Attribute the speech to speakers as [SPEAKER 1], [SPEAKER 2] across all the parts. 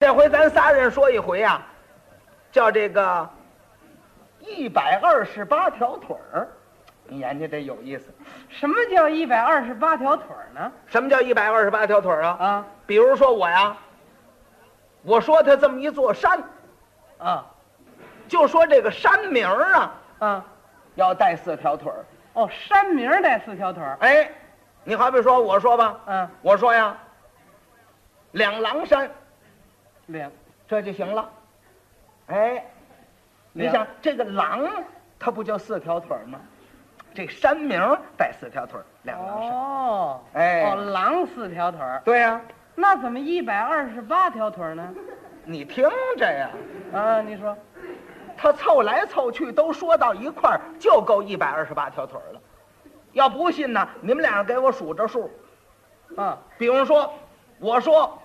[SPEAKER 1] 这回咱仨人说一回呀、叫这个一百二十八条腿儿。你研究这有意思。
[SPEAKER 2] 什么叫一百二十八条腿儿呢？
[SPEAKER 1] 什么叫一百二十八条腿儿啊？
[SPEAKER 2] 啊
[SPEAKER 1] 比如说我呀，我说它这么一座山，
[SPEAKER 2] 啊
[SPEAKER 1] 就说这个山名儿啊，
[SPEAKER 2] 啊！
[SPEAKER 1] 要带四条腿儿。
[SPEAKER 2] 哦，山名儿带四条腿儿。
[SPEAKER 1] 哎，你好比说，我说吧，
[SPEAKER 2] 嗯、
[SPEAKER 1] 我说呀，两狼山，
[SPEAKER 2] 两
[SPEAKER 1] 这就行了。哎，你
[SPEAKER 2] 两
[SPEAKER 1] 想这个狼，它不就四条腿儿吗？这山名儿带四条腿儿，两狼山。
[SPEAKER 2] 哦，
[SPEAKER 1] 哎
[SPEAKER 2] 哦，狼四条腿儿，
[SPEAKER 1] 对呀、
[SPEAKER 2] 那怎么一百二十八条腿儿呢？
[SPEAKER 1] 你听着呀，
[SPEAKER 2] 啊，你说，
[SPEAKER 1] 他凑来凑去都说到一块儿，就够一百二十八条腿儿了。要不信呢，你们俩人给我数着数。
[SPEAKER 2] 啊，
[SPEAKER 1] 比如说，我说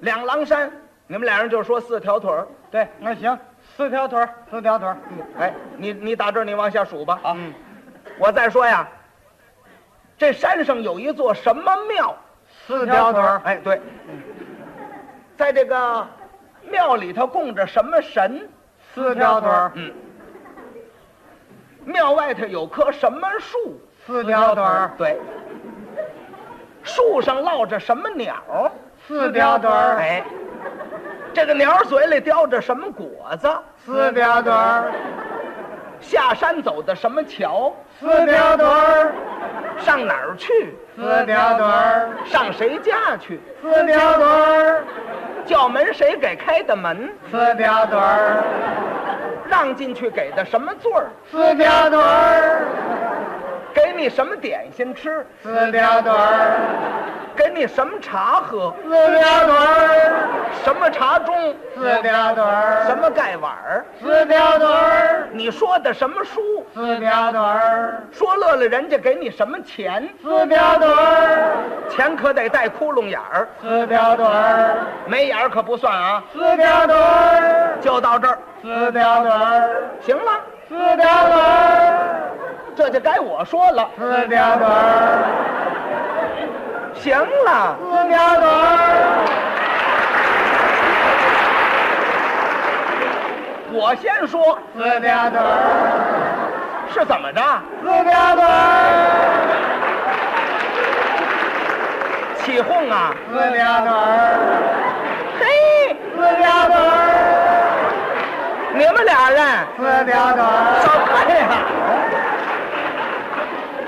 [SPEAKER 1] 两狼山，你们俩人就说四条腿儿。
[SPEAKER 2] 对，那行，四条腿儿，四条腿儿。嗯
[SPEAKER 1] 哎，你你打这儿你往下数吧。
[SPEAKER 2] 好
[SPEAKER 1] 嗯，我再说呀，这山上有一座什么庙？
[SPEAKER 2] 四条腿儿嗯
[SPEAKER 1] 哎，对，在这个庙里头供着什么神？
[SPEAKER 2] 四条腿儿，
[SPEAKER 1] 嗯。庙外头有棵什么树？
[SPEAKER 2] 四条腿儿，
[SPEAKER 1] 对。树上落着什么鸟？
[SPEAKER 2] 四条腿儿，
[SPEAKER 1] 哎，这个鸟嘴里叼着什么果子？
[SPEAKER 2] 四条腿儿，
[SPEAKER 1] 下山走的什么桥？
[SPEAKER 2] 四条腿儿，
[SPEAKER 1] 上哪儿去？
[SPEAKER 2] 四条腿儿，
[SPEAKER 1] 上谁家去？
[SPEAKER 2] 四条腿儿，
[SPEAKER 1] 叫门谁给开的门？
[SPEAKER 2] 四条腿儿。
[SPEAKER 1] 让进去给的什么座儿？
[SPEAKER 2] 四条腿儿，
[SPEAKER 1] 给你什么点心吃？
[SPEAKER 2] 四条腿儿，
[SPEAKER 1] 给你什么茶喝？
[SPEAKER 2] 四条腿儿，
[SPEAKER 1] 什么茶盅？
[SPEAKER 2] 四条腿
[SPEAKER 1] 什
[SPEAKER 2] 儿，
[SPEAKER 1] 么盖碗儿？
[SPEAKER 2] 四条腿儿，
[SPEAKER 1] 你说的什么书？
[SPEAKER 2] 四条腿儿，
[SPEAKER 1] 说乐了人家给你什么钱？
[SPEAKER 2] 四条腿儿，
[SPEAKER 1] 钱可得带窟窿眼儿，
[SPEAKER 2] 四条腿儿，
[SPEAKER 1] 没眼儿可不算啊。
[SPEAKER 2] 四条腿儿，
[SPEAKER 1] 就到这儿，
[SPEAKER 2] 四条腿儿，
[SPEAKER 1] 行了，
[SPEAKER 2] 四条腿儿，
[SPEAKER 1] 这就该我说了。
[SPEAKER 2] 四条腿儿，
[SPEAKER 1] 行了，
[SPEAKER 2] 四条腿儿，
[SPEAKER 1] 我先说
[SPEAKER 2] 四条腿儿，
[SPEAKER 1] 是怎么着？
[SPEAKER 2] 四条腿儿，
[SPEAKER 1] 起哄啊！
[SPEAKER 2] 四条腿儿，
[SPEAKER 1] 嘿，
[SPEAKER 2] 四条腿儿，
[SPEAKER 1] 你们俩人
[SPEAKER 2] 四条腿儿。
[SPEAKER 1] 少拍呀！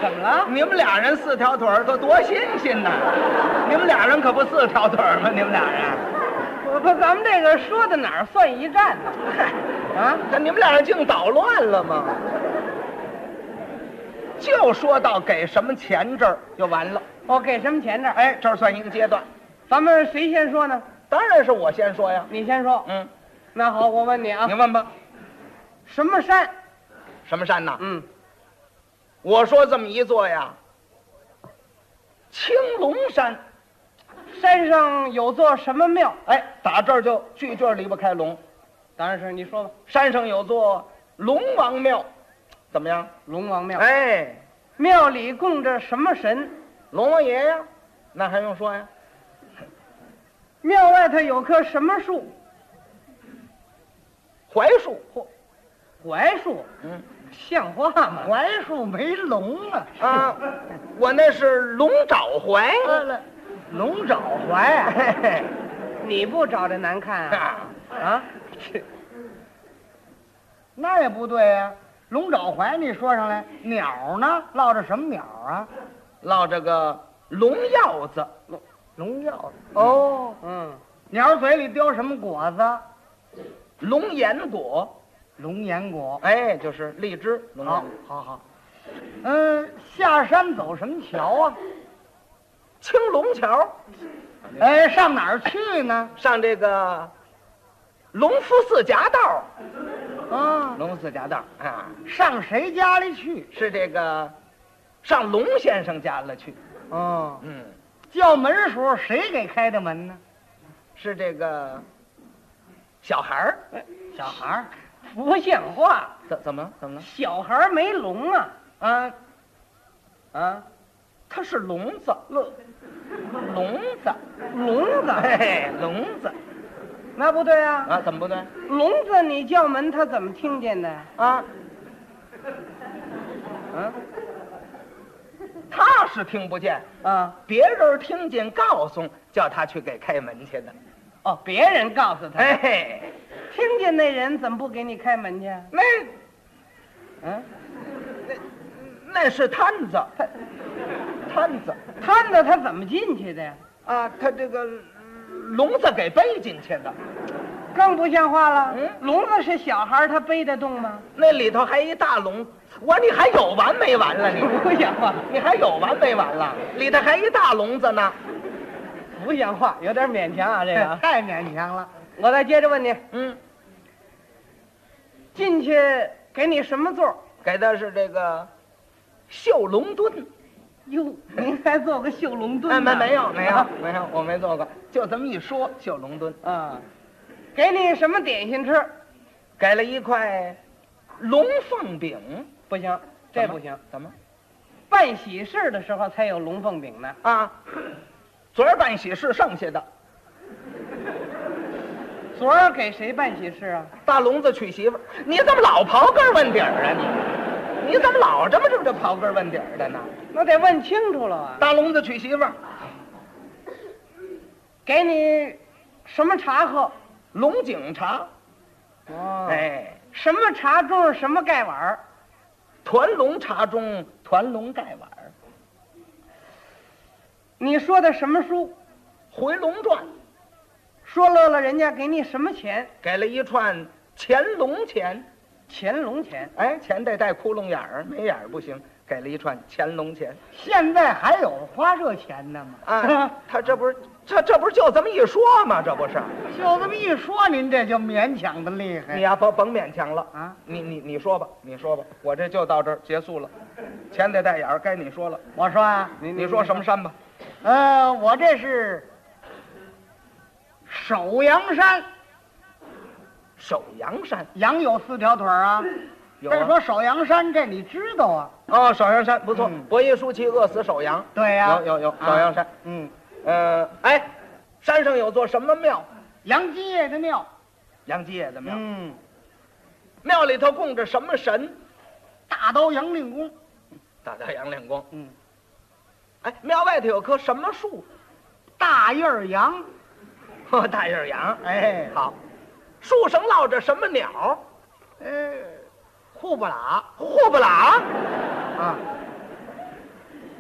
[SPEAKER 2] 怎么了？
[SPEAKER 1] 你们俩人四条腿儿，这多新鲜呐！你们俩人可不四条腿儿吗？你们俩人，
[SPEAKER 2] 不不，咱们这个说到哪儿算一站呢？啊，
[SPEAKER 1] 这你们俩人净捣乱了吗？就说到给什么钱这儿就完了。
[SPEAKER 2] 我给什么钱这儿？
[SPEAKER 1] 哎，这儿算一个阶段，
[SPEAKER 2] 咱们谁先说呢？
[SPEAKER 1] 当然是我先说呀。
[SPEAKER 2] 你先说。
[SPEAKER 1] 嗯，
[SPEAKER 2] 那好，我问你啊
[SPEAKER 1] 你，问吧，
[SPEAKER 2] 什么山？
[SPEAKER 1] 什么山呐？
[SPEAKER 2] 嗯，
[SPEAKER 1] 我说这么一座呀，青龙山。
[SPEAKER 2] 山上有座什么庙？
[SPEAKER 1] 哎，打这儿就句句儿离不开龙。
[SPEAKER 2] 当然是你说吧，
[SPEAKER 1] 山上有座龙王庙，怎么样？
[SPEAKER 2] 龙王庙。
[SPEAKER 1] 哎，
[SPEAKER 2] 庙里供着什么神？
[SPEAKER 1] 龙王爷呀，那还用说呀？
[SPEAKER 2] 庙外头有棵什么树？
[SPEAKER 1] 槐 树，
[SPEAKER 2] 槐树。
[SPEAKER 1] 嗯，
[SPEAKER 2] 像话吗？
[SPEAKER 3] 槐树没龙啊，
[SPEAKER 1] 啊，我那是龙爪槐。
[SPEAKER 3] 呃龙爪槐。啊
[SPEAKER 1] 嘿嘿
[SPEAKER 2] 你不找着难看 啊？
[SPEAKER 1] 啊
[SPEAKER 2] 啊，
[SPEAKER 3] 那也不对呀、龙爪槐你说上来，鸟呢？落着什么鸟啊？
[SPEAKER 1] 落这个龙药子，
[SPEAKER 3] 龙药。哦，
[SPEAKER 2] 嗯，
[SPEAKER 3] 鸟嘴里叼什么果子？
[SPEAKER 1] 龙眼果，
[SPEAKER 3] 龙眼果。
[SPEAKER 1] 哎，就是荔枝。龙眼
[SPEAKER 3] 好
[SPEAKER 1] 果，
[SPEAKER 3] 好好。嗯，下山走什么桥啊？
[SPEAKER 1] 青龙桥
[SPEAKER 3] 哎，上哪儿去呢？
[SPEAKER 1] 上这个龙福寺夹道，
[SPEAKER 2] 嗯
[SPEAKER 3] 啊，
[SPEAKER 1] 龙福寺夹道啊，
[SPEAKER 3] 上谁家里去？
[SPEAKER 1] 是这个上龙先生家了去。
[SPEAKER 3] 哦，
[SPEAKER 1] 嗯，
[SPEAKER 3] 叫门时候谁给开的门呢？
[SPEAKER 1] 是这个小孩儿，
[SPEAKER 3] 小孩儿。
[SPEAKER 2] 不像话。
[SPEAKER 1] 怎怎么了？怎么了？
[SPEAKER 2] 小孩儿没聋啊？
[SPEAKER 1] 啊，
[SPEAKER 2] 啊，
[SPEAKER 1] 他是聋子，
[SPEAKER 2] 聋
[SPEAKER 1] 聋子，
[SPEAKER 2] 聋子。
[SPEAKER 1] 嘿，聋子。
[SPEAKER 2] 那不对啊！
[SPEAKER 1] 啊，怎么不对？
[SPEAKER 2] 聋子你叫门，他怎么听见的？
[SPEAKER 1] 啊，嗯，他是听不见，
[SPEAKER 2] 啊，
[SPEAKER 1] 别人听见告诉，叫他去给开门去的。
[SPEAKER 2] 哦，别人告诉他，
[SPEAKER 1] 哎嘿，
[SPEAKER 2] 听见那人怎么不给你开门去？
[SPEAKER 1] 那
[SPEAKER 2] 嗯，
[SPEAKER 1] 啊那是摊子，摊子
[SPEAKER 2] 摊子他怎么进去的呀？
[SPEAKER 1] 啊，他这个笼子给背进去的，
[SPEAKER 2] 更不像话了。
[SPEAKER 1] 嗯
[SPEAKER 2] 聋子是小孩儿，他背得动吗？
[SPEAKER 1] 那里头还一大笼。我说你还有完没完了你？
[SPEAKER 2] 不像话，
[SPEAKER 1] 你还有完没完了？里头还一大笼子呢。
[SPEAKER 2] 不像话，有点勉强啊，这 个啊。
[SPEAKER 3] 太勉强了。
[SPEAKER 2] 我再接着问你，
[SPEAKER 1] 嗯，
[SPEAKER 2] 进去给你什么座儿？
[SPEAKER 1] 给的是这个绣龙墩。
[SPEAKER 2] 哟，您还做个绣龙
[SPEAKER 1] 哎，
[SPEAKER 2] 墩
[SPEAKER 1] 没
[SPEAKER 2] 呢？
[SPEAKER 1] 没有没有没有，我没做过，就这么一说，绣龙墩
[SPEAKER 2] 啊，给你什么点心吃？
[SPEAKER 1] 给了一块龙凤饼，
[SPEAKER 2] 不行，这不行。
[SPEAKER 1] 怎么，
[SPEAKER 2] 办喜事的时候才有龙凤饼呢。
[SPEAKER 1] 怎么啊？昨儿办喜事剩下的
[SPEAKER 2] 昨儿给谁办喜事啊？
[SPEAKER 1] 大笼子娶媳妇儿，你怎么老刨根问底儿啊你？你怎么老这么这么这刨根问底儿的呢？
[SPEAKER 2] 那得问清楚了啊！
[SPEAKER 1] 大笼子娶媳妇儿，
[SPEAKER 2] 给你什么茶喝？
[SPEAKER 1] 龙井茶，
[SPEAKER 2] 哦哎，
[SPEAKER 1] 哎，
[SPEAKER 2] 什么茶盅，什么盖碗儿？
[SPEAKER 1] 团龙茶中团龙盖碗儿，
[SPEAKER 2] 你说的什么书？
[SPEAKER 1] 《回龙传》
[SPEAKER 2] 说乐了，人家给你什么钱？
[SPEAKER 1] 给了一串乾隆钱。
[SPEAKER 2] 乾隆钱。
[SPEAKER 1] 哎，钱得带窟窿眼儿，没眼儿不行，给了一串乾隆钱
[SPEAKER 3] 现在还有花这钱的吗？
[SPEAKER 1] 啊！他这不是这这不是就这么一说吗？这不是
[SPEAKER 3] 就这么一说，您这就勉强的厉
[SPEAKER 1] 你
[SPEAKER 3] 害。
[SPEAKER 1] 呀、甭甭勉强了
[SPEAKER 3] 啊！
[SPEAKER 1] 你你你说吧，你说吧，我这就到这儿结束了。钱得带眼儿，该你说了。
[SPEAKER 3] 我说啊，
[SPEAKER 1] 你你说什么山吧？
[SPEAKER 3] 呃，我这是首阳山，
[SPEAKER 1] 首阳山
[SPEAKER 3] 羊有四条腿儿啊。
[SPEAKER 1] 有
[SPEAKER 3] 这
[SPEAKER 1] 啊？
[SPEAKER 3] 说首阳山，这你知道啊？
[SPEAKER 1] 哦，首阳山不错
[SPEAKER 3] 嗯，
[SPEAKER 1] 伯夷叔齐饿死首阳。
[SPEAKER 3] 对呀、
[SPEAKER 1] 有有有，首阳山。
[SPEAKER 3] 嗯，
[SPEAKER 1] 呃，哎，山上有座什么庙？
[SPEAKER 3] 杨继业的庙。
[SPEAKER 1] 杨继业的庙。
[SPEAKER 3] 嗯，
[SPEAKER 1] 庙里头供着什么神？
[SPEAKER 3] 大刀杨令公。
[SPEAKER 1] 大太阳亮光。
[SPEAKER 3] 嗯，
[SPEAKER 1] 哎，庙外头有棵什么树？
[SPEAKER 3] 大叶儿杨。
[SPEAKER 1] 大叶杨，
[SPEAKER 3] 哎，
[SPEAKER 1] 好，树上落着什么鸟？
[SPEAKER 3] 呃，户部喇
[SPEAKER 1] 霍不拉
[SPEAKER 3] 啊，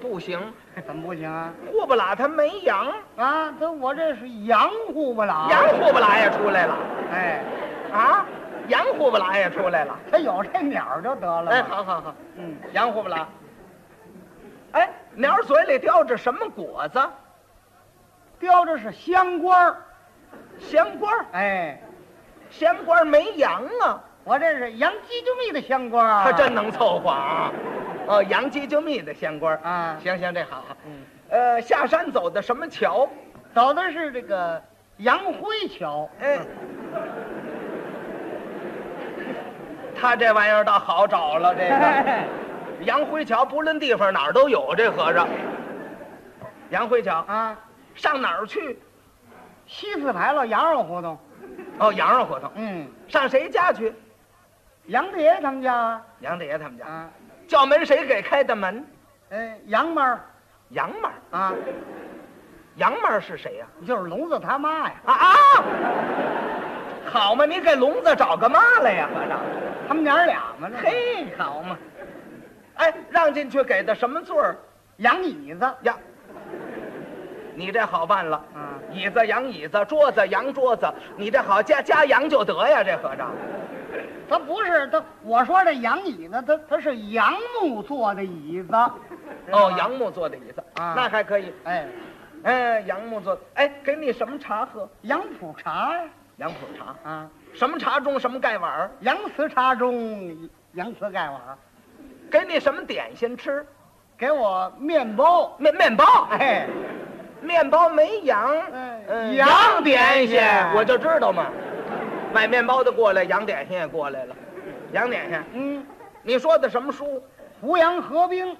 [SPEAKER 1] 不行，
[SPEAKER 3] 怎么不行啊？
[SPEAKER 1] 霍不拉它没羊，
[SPEAKER 3] 啊，这我这是杨户部喇。
[SPEAKER 1] 羊霍不拉也出来了
[SPEAKER 3] 哎，
[SPEAKER 1] 啊，羊霍不拉也出来了。
[SPEAKER 3] 他有这鸟儿就得了嘛。
[SPEAKER 1] 哎，好好好，
[SPEAKER 3] 嗯，
[SPEAKER 1] 羊霍不拉。哎，鸟嘴里叼着什么果子？
[SPEAKER 3] 标着是香官儿。
[SPEAKER 1] 香官儿，
[SPEAKER 3] 哎，
[SPEAKER 1] 香官儿没羊啊，
[SPEAKER 3] 我这是杨鸡就蜜的香官儿啊。
[SPEAKER 1] 它真能凑合啊。哦，羊鸡就蜜的香官儿
[SPEAKER 3] 啊
[SPEAKER 1] 行行，这好。
[SPEAKER 3] 嗯
[SPEAKER 1] 呃，下山走的什么桥？
[SPEAKER 3] 走的是这个杨辉桥。
[SPEAKER 1] 哎，
[SPEAKER 3] 嗯
[SPEAKER 1] 他这玩意儿倒好找了，这 个
[SPEAKER 3] 哎
[SPEAKER 1] 杨辉桥不论地方哪儿都有，这合着。杨辉桥
[SPEAKER 3] 啊，
[SPEAKER 1] 上哪儿去？
[SPEAKER 3] 西四牌楼羊肉胡同。
[SPEAKER 1] 哦，羊肉胡同。
[SPEAKER 3] 嗯，
[SPEAKER 1] 上谁家去？
[SPEAKER 3] 杨大爷他们家啊
[SPEAKER 1] 杨大爷他们家。
[SPEAKER 3] 啊，
[SPEAKER 1] 叫门谁给开的门？
[SPEAKER 3] 呃，杨妈儿
[SPEAKER 1] 杨妈儿。
[SPEAKER 3] 啊，
[SPEAKER 1] 杨妈儿是谁呀、
[SPEAKER 3] 就是聋子他妈呀，
[SPEAKER 1] 啊？啊好嘛，你给聋子找个妈来呀，合着。
[SPEAKER 3] 他们娘儿俩嘛，这不
[SPEAKER 1] 嘿，好嘛。哎，让进去给的什么座儿？
[SPEAKER 3] 杨椅子
[SPEAKER 1] 呀，你这好办了，
[SPEAKER 3] 啊，
[SPEAKER 1] 椅子洋椅子，桌子洋桌子，你这好加加洋就得呀，这合着。
[SPEAKER 3] 他不是他，我说这杨椅子，他他是杨木做的椅子，
[SPEAKER 1] 哦，杨木做的椅子，
[SPEAKER 3] 啊
[SPEAKER 1] 那还可以。
[SPEAKER 3] 哎，
[SPEAKER 1] 哎，杨木做的，哎，给你什么茶喝？
[SPEAKER 3] 杨普茶呀
[SPEAKER 1] 杨普茶，
[SPEAKER 3] 啊，
[SPEAKER 1] 什么茶中什么盖碗儿？
[SPEAKER 3] 杨瓷茶中杨瓷盖碗儿，
[SPEAKER 1] 给你什么点心吃？
[SPEAKER 3] 给我面包，
[SPEAKER 1] 面面包，哎，
[SPEAKER 3] 哎，
[SPEAKER 1] 面包没羊，
[SPEAKER 3] 哎
[SPEAKER 1] 嗯
[SPEAKER 3] 羊点心
[SPEAKER 1] 我就知道嘛。买面包的过来，羊点心也过来了。羊点心，
[SPEAKER 3] 嗯，
[SPEAKER 1] 你说的什么书？
[SPEAKER 3] 胡杨合兵，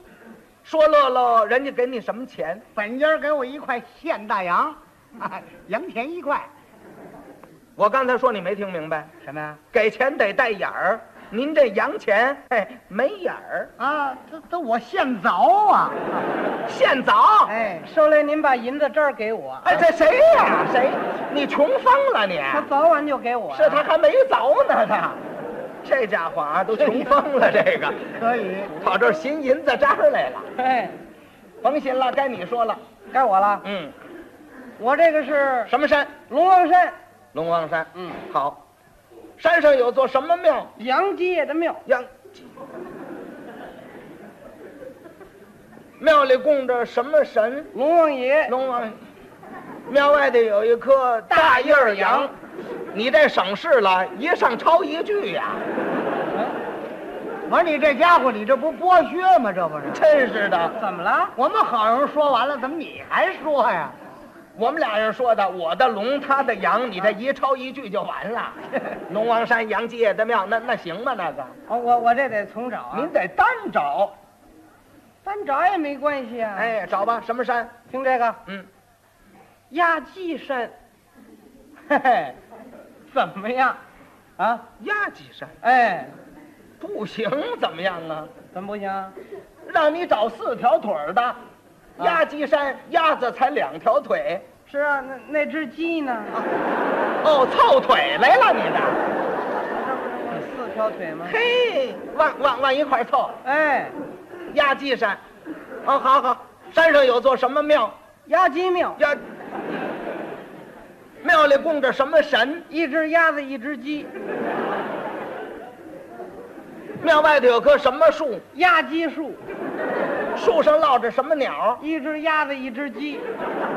[SPEAKER 1] 说乐乐，人家给你什么钱？
[SPEAKER 3] 哎本家给我一块现大洋，啊，洋钱一块，
[SPEAKER 1] 我刚才说你没听明白，
[SPEAKER 3] 什么呀？
[SPEAKER 1] 给钱得带眼儿，您这洋钱嘿没眼儿，
[SPEAKER 3] 啊，这这我现凿啊！
[SPEAKER 1] 现凿。
[SPEAKER 3] 哎，
[SPEAKER 2] 收来您把银子这儿给我，
[SPEAKER 1] 哎，这谁呀、谁？你穷疯了你？
[SPEAKER 2] 他早晚就给我。
[SPEAKER 1] 是他还没凿呢，他。这家伙啊，都穷疯了，这个
[SPEAKER 3] 可以，
[SPEAKER 1] 跑这儿寻银子渣儿来了。
[SPEAKER 2] 哎，
[SPEAKER 1] 甭寻了，该你说了。
[SPEAKER 2] 该我了。
[SPEAKER 1] 嗯，
[SPEAKER 2] 我这个是
[SPEAKER 1] 什么山？
[SPEAKER 2] 龙王山
[SPEAKER 1] 龙王山。
[SPEAKER 2] 嗯，
[SPEAKER 1] 好。山上有座什么庙？
[SPEAKER 2] 杨继业的庙，
[SPEAKER 1] 杨。庙里供着什么神？
[SPEAKER 2] 龙王爷
[SPEAKER 1] 龙王。庙外头有一棵大叶儿杨。你这省事了，一上抄一句呀、
[SPEAKER 3] 我说你这家伙，你这不剥削吗？这不是？
[SPEAKER 1] 真是的。
[SPEAKER 2] 怎么了？
[SPEAKER 3] 我们好容易说完了，怎么你还说呀？
[SPEAKER 1] 我们俩人说的，我的龙，他的羊，你这一抄一句就完了。龙王山杨继业的庙，那那行吗？那个，
[SPEAKER 2] 哦，我我这得重找啊。
[SPEAKER 1] 您得单找，
[SPEAKER 2] 单找也没关系啊。，
[SPEAKER 1] 哎，找吧，什么山？
[SPEAKER 2] 听这个
[SPEAKER 1] 嗯，
[SPEAKER 2] 压髻山，
[SPEAKER 3] 嘿嘿，
[SPEAKER 2] 怎么样？啊，
[SPEAKER 1] 压脊山
[SPEAKER 2] 哎，
[SPEAKER 1] 不行，怎么样啊？
[SPEAKER 2] 怎么不行？
[SPEAKER 1] 让你找四条腿儿的，压脊山鸭子才两条腿，
[SPEAKER 2] 是啊，那那只鸡呢？啊
[SPEAKER 1] 哦，凑腿来了你这，
[SPEAKER 2] 有四条腿 吗？
[SPEAKER 1] 嘿，往往往一块儿凑，
[SPEAKER 2] 哎，
[SPEAKER 1] 压脊山，哦，好好，山上有座什么庙？
[SPEAKER 2] 压鸡庙，
[SPEAKER 1] 压，庙里供着什么神？
[SPEAKER 2] 一只鸭子，一只鸡，
[SPEAKER 1] 庙外头有棵什么树？
[SPEAKER 2] 压鸡树，
[SPEAKER 1] 树上落着什么鸟？
[SPEAKER 2] 一只鸭子，一只鸡。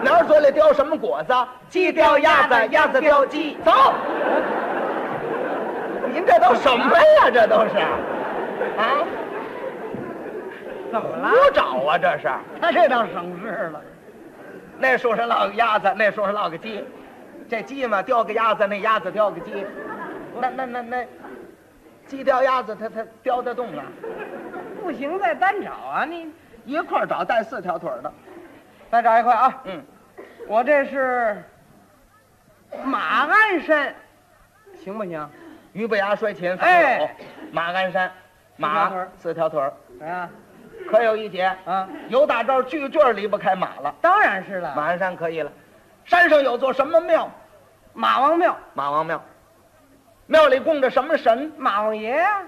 [SPEAKER 1] 鸟嘴里叼什么果子？鸡叼鸭子，鸭子叼鸡。走！您这都什么呀？这都是，啊？
[SPEAKER 2] 怎么了？
[SPEAKER 1] 胡找啊！这是，
[SPEAKER 3] 他这倒省事了。
[SPEAKER 1] 那树上落个鸭子，那树上落个鸡，这鸡嘛叼个鸭子，那鸭子叼个鸡，那那那那，鸡叼鸭子，它它叼得动啊？
[SPEAKER 2] 不行，再单找啊！你
[SPEAKER 1] 一块儿找带四条腿儿的，
[SPEAKER 2] 再找一块啊！
[SPEAKER 1] 嗯，
[SPEAKER 2] 我这是马鞍山，行不行？
[SPEAKER 1] 鱼背牙摔琴，
[SPEAKER 2] 哎，
[SPEAKER 1] 马鞍山，
[SPEAKER 2] 条
[SPEAKER 1] 马
[SPEAKER 2] 腿儿
[SPEAKER 1] 四条腿儿，
[SPEAKER 2] 怎么样？
[SPEAKER 1] 可有一节，
[SPEAKER 2] 啊，
[SPEAKER 1] 有大招，句句儿离不开马了。
[SPEAKER 2] 当然是了，
[SPEAKER 1] 马鞍山可以了，山上有座什么庙？
[SPEAKER 2] 马王庙，
[SPEAKER 1] 马王庙，庙里供着什么神？
[SPEAKER 2] 马王爷啊，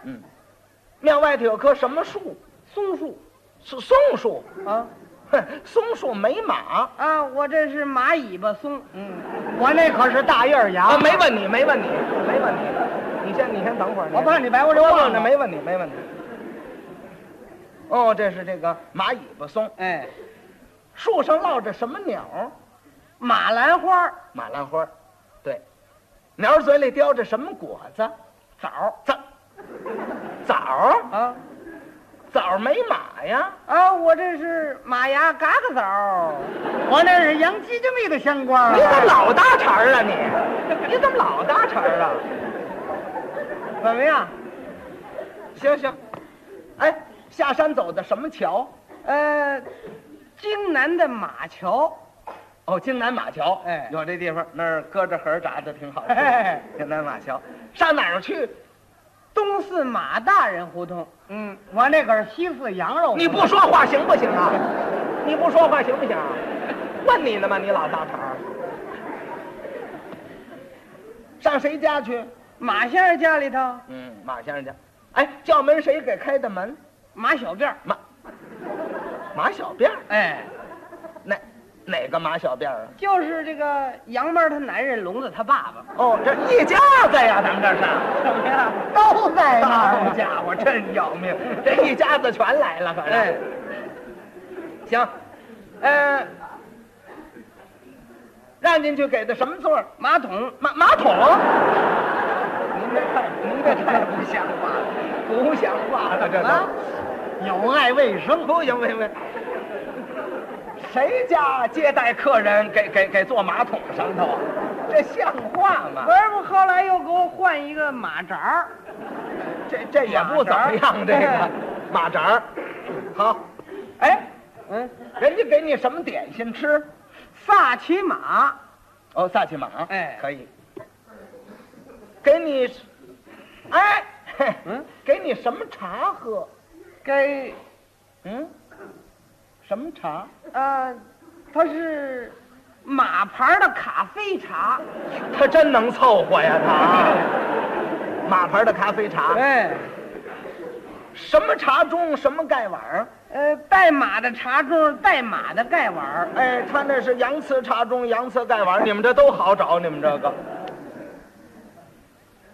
[SPEAKER 1] 庙外头有棵什么树？
[SPEAKER 2] 松树
[SPEAKER 1] 是松树，
[SPEAKER 2] 啊
[SPEAKER 1] 哼，松树没马。
[SPEAKER 2] 啊！我这是马尾巴松，嗯，
[SPEAKER 3] 我那可是大叶儿
[SPEAKER 1] 啊，
[SPEAKER 3] 杨，
[SPEAKER 1] 没问你，没问你，没问你，你先你先等会儿。
[SPEAKER 3] 我怕你白我
[SPEAKER 1] 我
[SPEAKER 3] 这
[SPEAKER 1] 忘
[SPEAKER 3] 忘了
[SPEAKER 1] 了，没问你，没问你。哦，这是这个马尾巴松，
[SPEAKER 2] 哎，
[SPEAKER 1] 树上落着什么鸟？
[SPEAKER 2] 马兰花儿
[SPEAKER 1] 马兰花，对，鸟嘴里叼着什么果子？枣儿枣枣儿
[SPEAKER 2] 啊
[SPEAKER 1] 枣儿没马呀？
[SPEAKER 2] 啊！我这是马牙嘎嘎枣儿，
[SPEAKER 3] 我那是杨鸡精密的香瓜
[SPEAKER 1] 你怎么
[SPEAKER 3] 啊。
[SPEAKER 1] 老搭茬儿啊你？你怎么老搭茬儿啊？
[SPEAKER 2] 怎么样？
[SPEAKER 1] 行行，哎，下山走的什么桥？
[SPEAKER 2] 呃，京南的马桥，
[SPEAKER 1] 哦，京南马桥，
[SPEAKER 2] 哎
[SPEAKER 1] 有这地方，那儿搁着盒炸的挺好吃。
[SPEAKER 2] 哎
[SPEAKER 1] 京南马桥，上哪儿去？
[SPEAKER 2] 东四马大人胡同，
[SPEAKER 3] 嗯，我那可是西四羊肉。
[SPEAKER 1] 你不说话行不行啊？你不说话行不行啊？问你呢吗？你老搭茬儿。上谁家去？
[SPEAKER 2] 马先生家里头，
[SPEAKER 1] 嗯，马先生家。哎，叫门谁给开的门？
[SPEAKER 2] 马小辫儿，
[SPEAKER 1] 马马小辫儿，
[SPEAKER 2] 哎，
[SPEAKER 1] 哪哪个马小辫儿啊？
[SPEAKER 2] 就是这个杨班他男人聋子他爸爸，
[SPEAKER 1] 哦，这一家子呀，咱们这是。
[SPEAKER 2] 怎么样？
[SPEAKER 3] 都在那 儿
[SPEAKER 1] 好
[SPEAKER 3] 呢。
[SPEAKER 1] 家伙，真要命！这一家子全来了，反正。
[SPEAKER 2] 哎，
[SPEAKER 1] 行，呃，让进去给的什么座儿？
[SPEAKER 2] 马桶
[SPEAKER 1] 马马桶？您这太您这太不像话了，不像话了，这都、
[SPEAKER 2] 啊，
[SPEAKER 3] 有碍卫生。
[SPEAKER 1] 不行不行不行。谁家接待客人给给给坐马桶上头啊？这像话
[SPEAKER 2] 不
[SPEAKER 1] 吗？
[SPEAKER 2] 是不，后来又给我换一个马扎儿，
[SPEAKER 1] 这这也不怎么样，这个马扎儿。好，哎，
[SPEAKER 2] 嗯，
[SPEAKER 1] 人家给你什么点心吃？
[SPEAKER 2] 萨其马，
[SPEAKER 1] 哦，萨其马，
[SPEAKER 2] 哎
[SPEAKER 1] 可以。给你，哎，
[SPEAKER 4] 嗯，
[SPEAKER 1] 给你什么茶喝？
[SPEAKER 4] 该，
[SPEAKER 1] 嗯，什么茶？
[SPEAKER 4] 呃，它是马牌的咖啡茶。
[SPEAKER 1] 他真能凑合呀，他。马牌的咖啡茶，
[SPEAKER 4] 哎，
[SPEAKER 1] 什么茶盅，什么盖碗儿
[SPEAKER 4] 呃，带马的茶盅，带马的盖碗儿。
[SPEAKER 1] 哎，他那是洋瓷茶盅，洋瓷盖碗儿，你们这都好找，你们这个。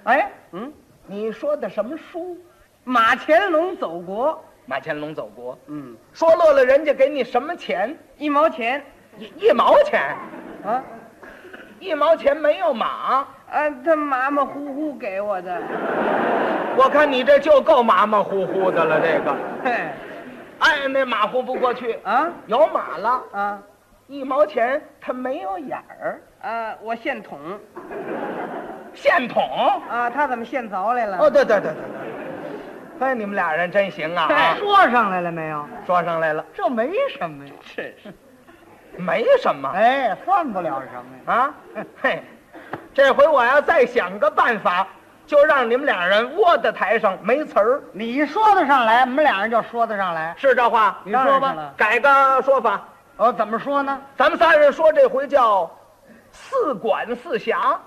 [SPEAKER 4] 哎，嗯，
[SPEAKER 1] 你说的什么书？
[SPEAKER 4] 马乾隆走国。
[SPEAKER 1] 马乾隆走国，
[SPEAKER 4] 嗯，
[SPEAKER 1] 说落了人家给你什么钱？
[SPEAKER 4] 一毛钱
[SPEAKER 1] 一一毛钱，
[SPEAKER 4] 啊，
[SPEAKER 1] 一毛钱没有马，
[SPEAKER 4] 啊，他马马虎虎给我的。
[SPEAKER 1] 我看你这就够马马虎虎的了，这个，
[SPEAKER 4] 嘿，
[SPEAKER 1] 哎，那马虎不过去，
[SPEAKER 4] 啊
[SPEAKER 1] 有马了，
[SPEAKER 4] 啊
[SPEAKER 1] 一毛钱它没有眼儿，
[SPEAKER 4] 啊！我现捅
[SPEAKER 1] 线筒。
[SPEAKER 4] 啊，他怎么现凿来了？
[SPEAKER 1] 哦，对对对对对，哎，你们俩人真行啊啊！
[SPEAKER 2] 说上来了没有？
[SPEAKER 1] 说上来了，
[SPEAKER 2] 这没什么呀。
[SPEAKER 4] 真是
[SPEAKER 1] 没什么
[SPEAKER 2] 哎，算不了什么呀。
[SPEAKER 1] 啊，嘿，这回我要再想个办法，就让你们俩人窝在台上没词儿。
[SPEAKER 2] 你说得上来，我们俩人就说得上来。
[SPEAKER 1] 是这话，
[SPEAKER 2] 你说吧
[SPEAKER 1] 当然了改个说法，
[SPEAKER 2] 哦，怎么说呢？
[SPEAKER 1] 咱们仨人说这回叫四管四辖。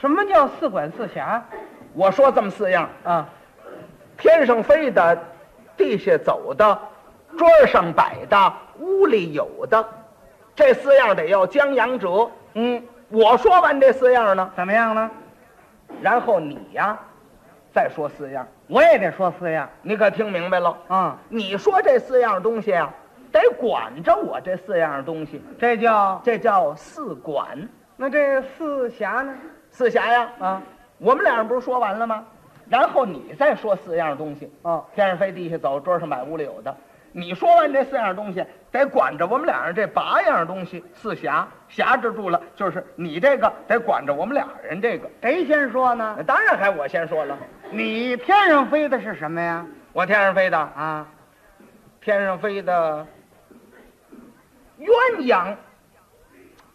[SPEAKER 4] 什么叫四管四辖
[SPEAKER 1] 我说这么四样：
[SPEAKER 4] 啊？
[SPEAKER 1] 天上飞的，地下走的，桌上摆的，屋里有的，这四样得要江洋折。
[SPEAKER 2] 嗯，
[SPEAKER 1] 我说完这四样呢，
[SPEAKER 2] 怎么样呢？
[SPEAKER 1] 然后你呀，再说四样，
[SPEAKER 2] 我也得说四样
[SPEAKER 1] 你可听明白了？
[SPEAKER 2] 啊、
[SPEAKER 1] 你说这四样东西啊，得管着我这四样东西，
[SPEAKER 2] 这叫
[SPEAKER 1] 这叫四管
[SPEAKER 4] 那这四辖呢？
[SPEAKER 1] 四辖呀。
[SPEAKER 4] 啊，
[SPEAKER 1] 我们俩人不是说完了吗？然后你再说四样东西，
[SPEAKER 4] 哦，
[SPEAKER 1] 天上飞，地下走，桌上摆，屋里有的。你说完这四样东西，得管着我们俩人这八样东西，四辖辖制住了，就是你这个得管着我们俩人这个。
[SPEAKER 2] 谁先说呢？
[SPEAKER 1] 当然还我先说了，
[SPEAKER 2] 你天上飞的是什么呀？
[SPEAKER 1] 我天上飞的，
[SPEAKER 2] 啊，
[SPEAKER 1] 天上飞的鸳鸯，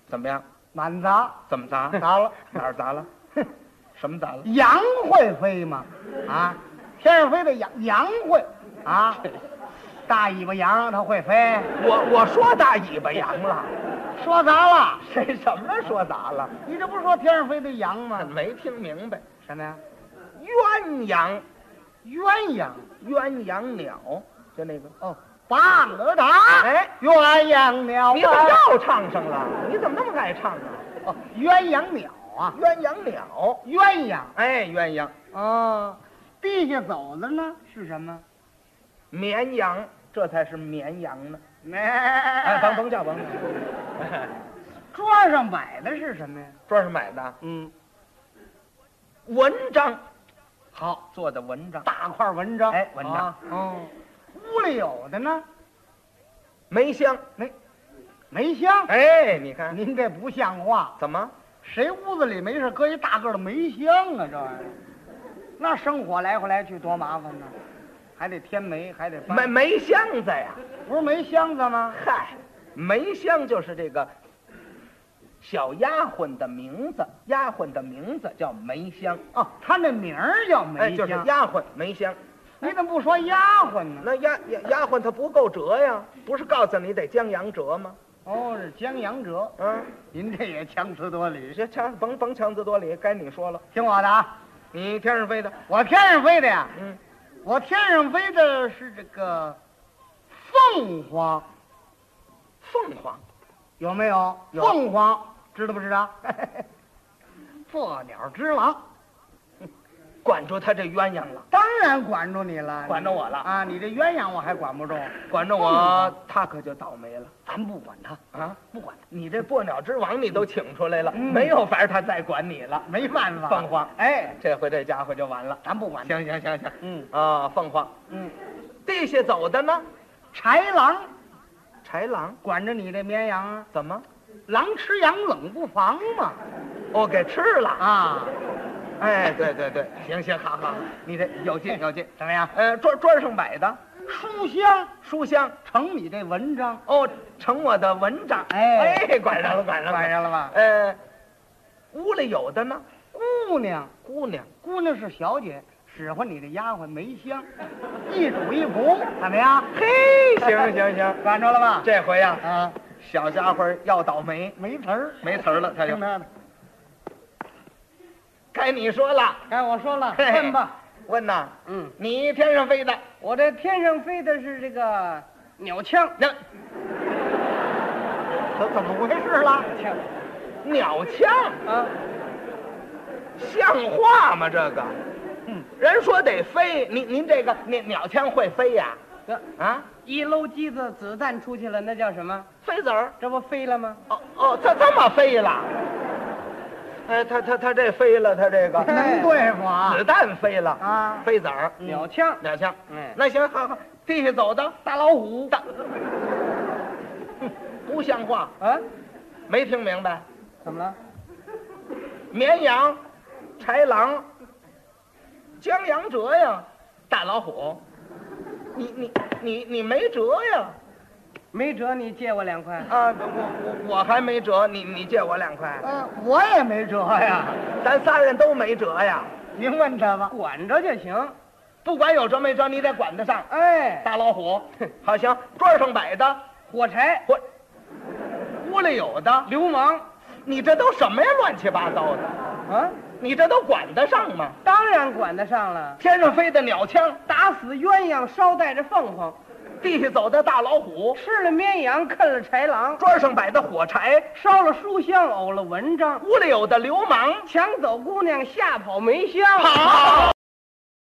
[SPEAKER 1] 怎么样？
[SPEAKER 2] 满砸
[SPEAKER 1] 怎么砸？
[SPEAKER 2] 砸了。
[SPEAKER 1] 哪儿砸了？哼，什么砸了？
[SPEAKER 2] 羊会飞吗？啊，天上飞的羊羊会啊，大尾巴羊它会飞。
[SPEAKER 1] 我我说大尾巴羊了，
[SPEAKER 2] 说砸了，
[SPEAKER 1] 谁什么说砸了？
[SPEAKER 2] 你这不是说天上飞的羊吗？
[SPEAKER 1] 没听明白。
[SPEAKER 2] 什么呀？
[SPEAKER 1] 鸳鸯，
[SPEAKER 2] 鸳鸯
[SPEAKER 1] 鸳鸯鸟，就那个。
[SPEAKER 2] 哦，八个打。
[SPEAKER 1] 哎，
[SPEAKER 2] 鸳鸯鸟
[SPEAKER 1] 你怎么
[SPEAKER 2] 啊，
[SPEAKER 1] 又唱上了？你怎么那么爱唱啊？
[SPEAKER 2] 哦鸳鸯鸟啊，
[SPEAKER 1] 鸳鸯鸟，
[SPEAKER 2] 鸳鸯
[SPEAKER 1] 哎，鸳鸯，
[SPEAKER 2] 哦，地下走的呢是什么？
[SPEAKER 1] 绵羊，这才是绵羊呢。哎，
[SPEAKER 2] 哎
[SPEAKER 1] 甭甭叫甭叫，
[SPEAKER 2] 桌上摆的是什么呀？
[SPEAKER 1] 桌上买的
[SPEAKER 2] 嗯，
[SPEAKER 1] 文章，好做的文章，
[SPEAKER 2] 大块文章，
[SPEAKER 1] 哎文章
[SPEAKER 2] 啊哦，屋里有的呢，
[SPEAKER 1] 梅香，
[SPEAKER 2] 梅香。
[SPEAKER 1] 哎，你看
[SPEAKER 2] 您这不像话，
[SPEAKER 1] 怎么？
[SPEAKER 2] 谁屋子里没事搁一大个的梅香啊？这玩意儿，那生火来回来去多麻烦呢，还得添煤，还得
[SPEAKER 1] 梅
[SPEAKER 2] 翻，
[SPEAKER 1] 梅香子呀，
[SPEAKER 2] 不是梅香子吗？
[SPEAKER 1] 嗨，梅香就是这个小丫鬟的名字，丫鬟的名字叫梅香。
[SPEAKER 2] 哦，他那名儿叫梅香。
[SPEAKER 1] 哎，就是丫鬟梅香。
[SPEAKER 2] 你怎么不说丫鬟呢？
[SPEAKER 1] 那丫丫丫鬟她不够折呀，不是告诉你得江洋折吗？
[SPEAKER 2] 哦，是江阳哲，
[SPEAKER 1] 啊，
[SPEAKER 2] 您这也强词夺理。
[SPEAKER 1] 这强甭甭强词夺理，该你说了。
[SPEAKER 2] 听我的啊，
[SPEAKER 1] 你天上飞的，
[SPEAKER 2] 我天上飞的呀，
[SPEAKER 1] 嗯，
[SPEAKER 2] 我天上飞的是这个凤凰，
[SPEAKER 1] 凤凰，
[SPEAKER 2] 有没有？
[SPEAKER 1] 有
[SPEAKER 2] 凤凰知道不知道？ 破鸟之王，
[SPEAKER 1] 管住他这鸳鸯了，
[SPEAKER 2] 当然管住你了，
[SPEAKER 1] 管着我了，
[SPEAKER 2] 啊！你这鸳鸯我还管不住，
[SPEAKER 1] 管着我，他可就倒霉了
[SPEAKER 2] 咱不管他，
[SPEAKER 1] 啊！
[SPEAKER 2] 不管他，
[SPEAKER 1] 你这破鸟之王你都请出来了，
[SPEAKER 2] 嗯
[SPEAKER 1] 没有法他再管你了。
[SPEAKER 2] 没办法。
[SPEAKER 1] 凤凰，
[SPEAKER 2] 哎，
[SPEAKER 1] 这回这家伙就完了。
[SPEAKER 2] 咱不管他。
[SPEAKER 1] 行行行行，
[SPEAKER 2] 嗯
[SPEAKER 1] 啊，凤凰，
[SPEAKER 2] 嗯，
[SPEAKER 1] 地下走的呢，
[SPEAKER 2] 豺狼
[SPEAKER 1] 豺狼
[SPEAKER 2] 管着你这绵羊啊，
[SPEAKER 1] 怎么？
[SPEAKER 2] 狼吃羊冷不防嘛。
[SPEAKER 1] 哦，给吃了。
[SPEAKER 2] 啊，
[SPEAKER 1] 哎，对对对，行行，好好，好你这有劲有劲。
[SPEAKER 2] 哎怎么样？
[SPEAKER 1] 呃，桌桌上摆的
[SPEAKER 2] 书香
[SPEAKER 1] 书香
[SPEAKER 2] 成你这文章，
[SPEAKER 1] 哦，成我的文章。
[SPEAKER 2] 哎
[SPEAKER 1] 哎，管上了，管上了，
[SPEAKER 2] 管上了吧？
[SPEAKER 1] 呃，屋里有的呢，
[SPEAKER 2] 姑
[SPEAKER 3] 姑娘，
[SPEAKER 1] 姑娘，
[SPEAKER 3] 姑娘是小姐，使唤你的丫鬟梅香，一主一仆，怎么样？
[SPEAKER 1] 嘿，行行行，
[SPEAKER 3] 感着了吧？
[SPEAKER 1] 这回呀、
[SPEAKER 3] 啊，
[SPEAKER 1] 小家伙要倒霉，
[SPEAKER 3] 没词儿，
[SPEAKER 1] 没词儿了，他就
[SPEAKER 3] 听他的。
[SPEAKER 1] 该你说了。
[SPEAKER 3] 哎，我说了，
[SPEAKER 1] 嘿
[SPEAKER 3] 问吧。
[SPEAKER 1] 问呐，
[SPEAKER 2] 嗯，
[SPEAKER 1] 你天上飞的，
[SPEAKER 2] 我这天上飞的是这个鸟枪，
[SPEAKER 1] 那
[SPEAKER 3] 怎怎么回事了？
[SPEAKER 2] 枪
[SPEAKER 1] 鸟枪
[SPEAKER 2] 啊，
[SPEAKER 1] 像话吗？这个，
[SPEAKER 3] 嗯，
[SPEAKER 1] 人说得飞，您您这个鸟鸟枪会飞呀？
[SPEAKER 2] 这
[SPEAKER 1] 啊，
[SPEAKER 2] 一搂机子，子弹出去了，那叫什么？
[SPEAKER 1] 飞子儿，
[SPEAKER 2] 这不飞了吗？
[SPEAKER 1] 哦哦，它这么飞了？哎，它它它这飞了，它这个
[SPEAKER 3] 能对付啊？
[SPEAKER 1] 子弹飞了
[SPEAKER 3] 啊
[SPEAKER 1] 飞子儿，
[SPEAKER 2] 哎
[SPEAKER 1] 嗯
[SPEAKER 2] 鸟枪，
[SPEAKER 1] 鸟枪，
[SPEAKER 2] 哎，
[SPEAKER 1] 那行，好好，地下走的
[SPEAKER 2] 大老虎
[SPEAKER 1] 大， 不像话，
[SPEAKER 2] 啊，
[SPEAKER 1] 没听明白？
[SPEAKER 2] 怎么了？
[SPEAKER 1] 绵羊、豺狼、江洋蜇呀，大老虎，你你你你没辙呀！
[SPEAKER 2] 没辙，你借我两块。
[SPEAKER 1] 啊，我我我还没辙，你你借我两块，哎
[SPEAKER 3] 哎，我也没辙呀。
[SPEAKER 1] 咱仨人都没辙呀，
[SPEAKER 3] 您问他吧。
[SPEAKER 2] 管着就行。
[SPEAKER 1] 不管有辙没辙，你得管得上。
[SPEAKER 2] 哎，
[SPEAKER 1] 大老虎，哼好行，桌上摆的
[SPEAKER 2] 火柴，
[SPEAKER 1] 或屋里有的，
[SPEAKER 2] 流氓，
[SPEAKER 1] 你这都什么呀？乱七八糟的，
[SPEAKER 2] 啊，
[SPEAKER 1] 你这都管得上吗？
[SPEAKER 2] 当然管得上了。
[SPEAKER 1] 天上飞的鸟枪，
[SPEAKER 2] 打死鸳鸯，捎带着凤凰，
[SPEAKER 1] 地下走的大老虎，
[SPEAKER 2] 吃了绵羊，啃了豺狼，
[SPEAKER 1] 桌上摆的火柴，
[SPEAKER 2] 烧了书香，呕了蚊帐，
[SPEAKER 1] 屋里有的流氓。
[SPEAKER 2] 抢走姑娘，吓跑梅香。
[SPEAKER 1] 好。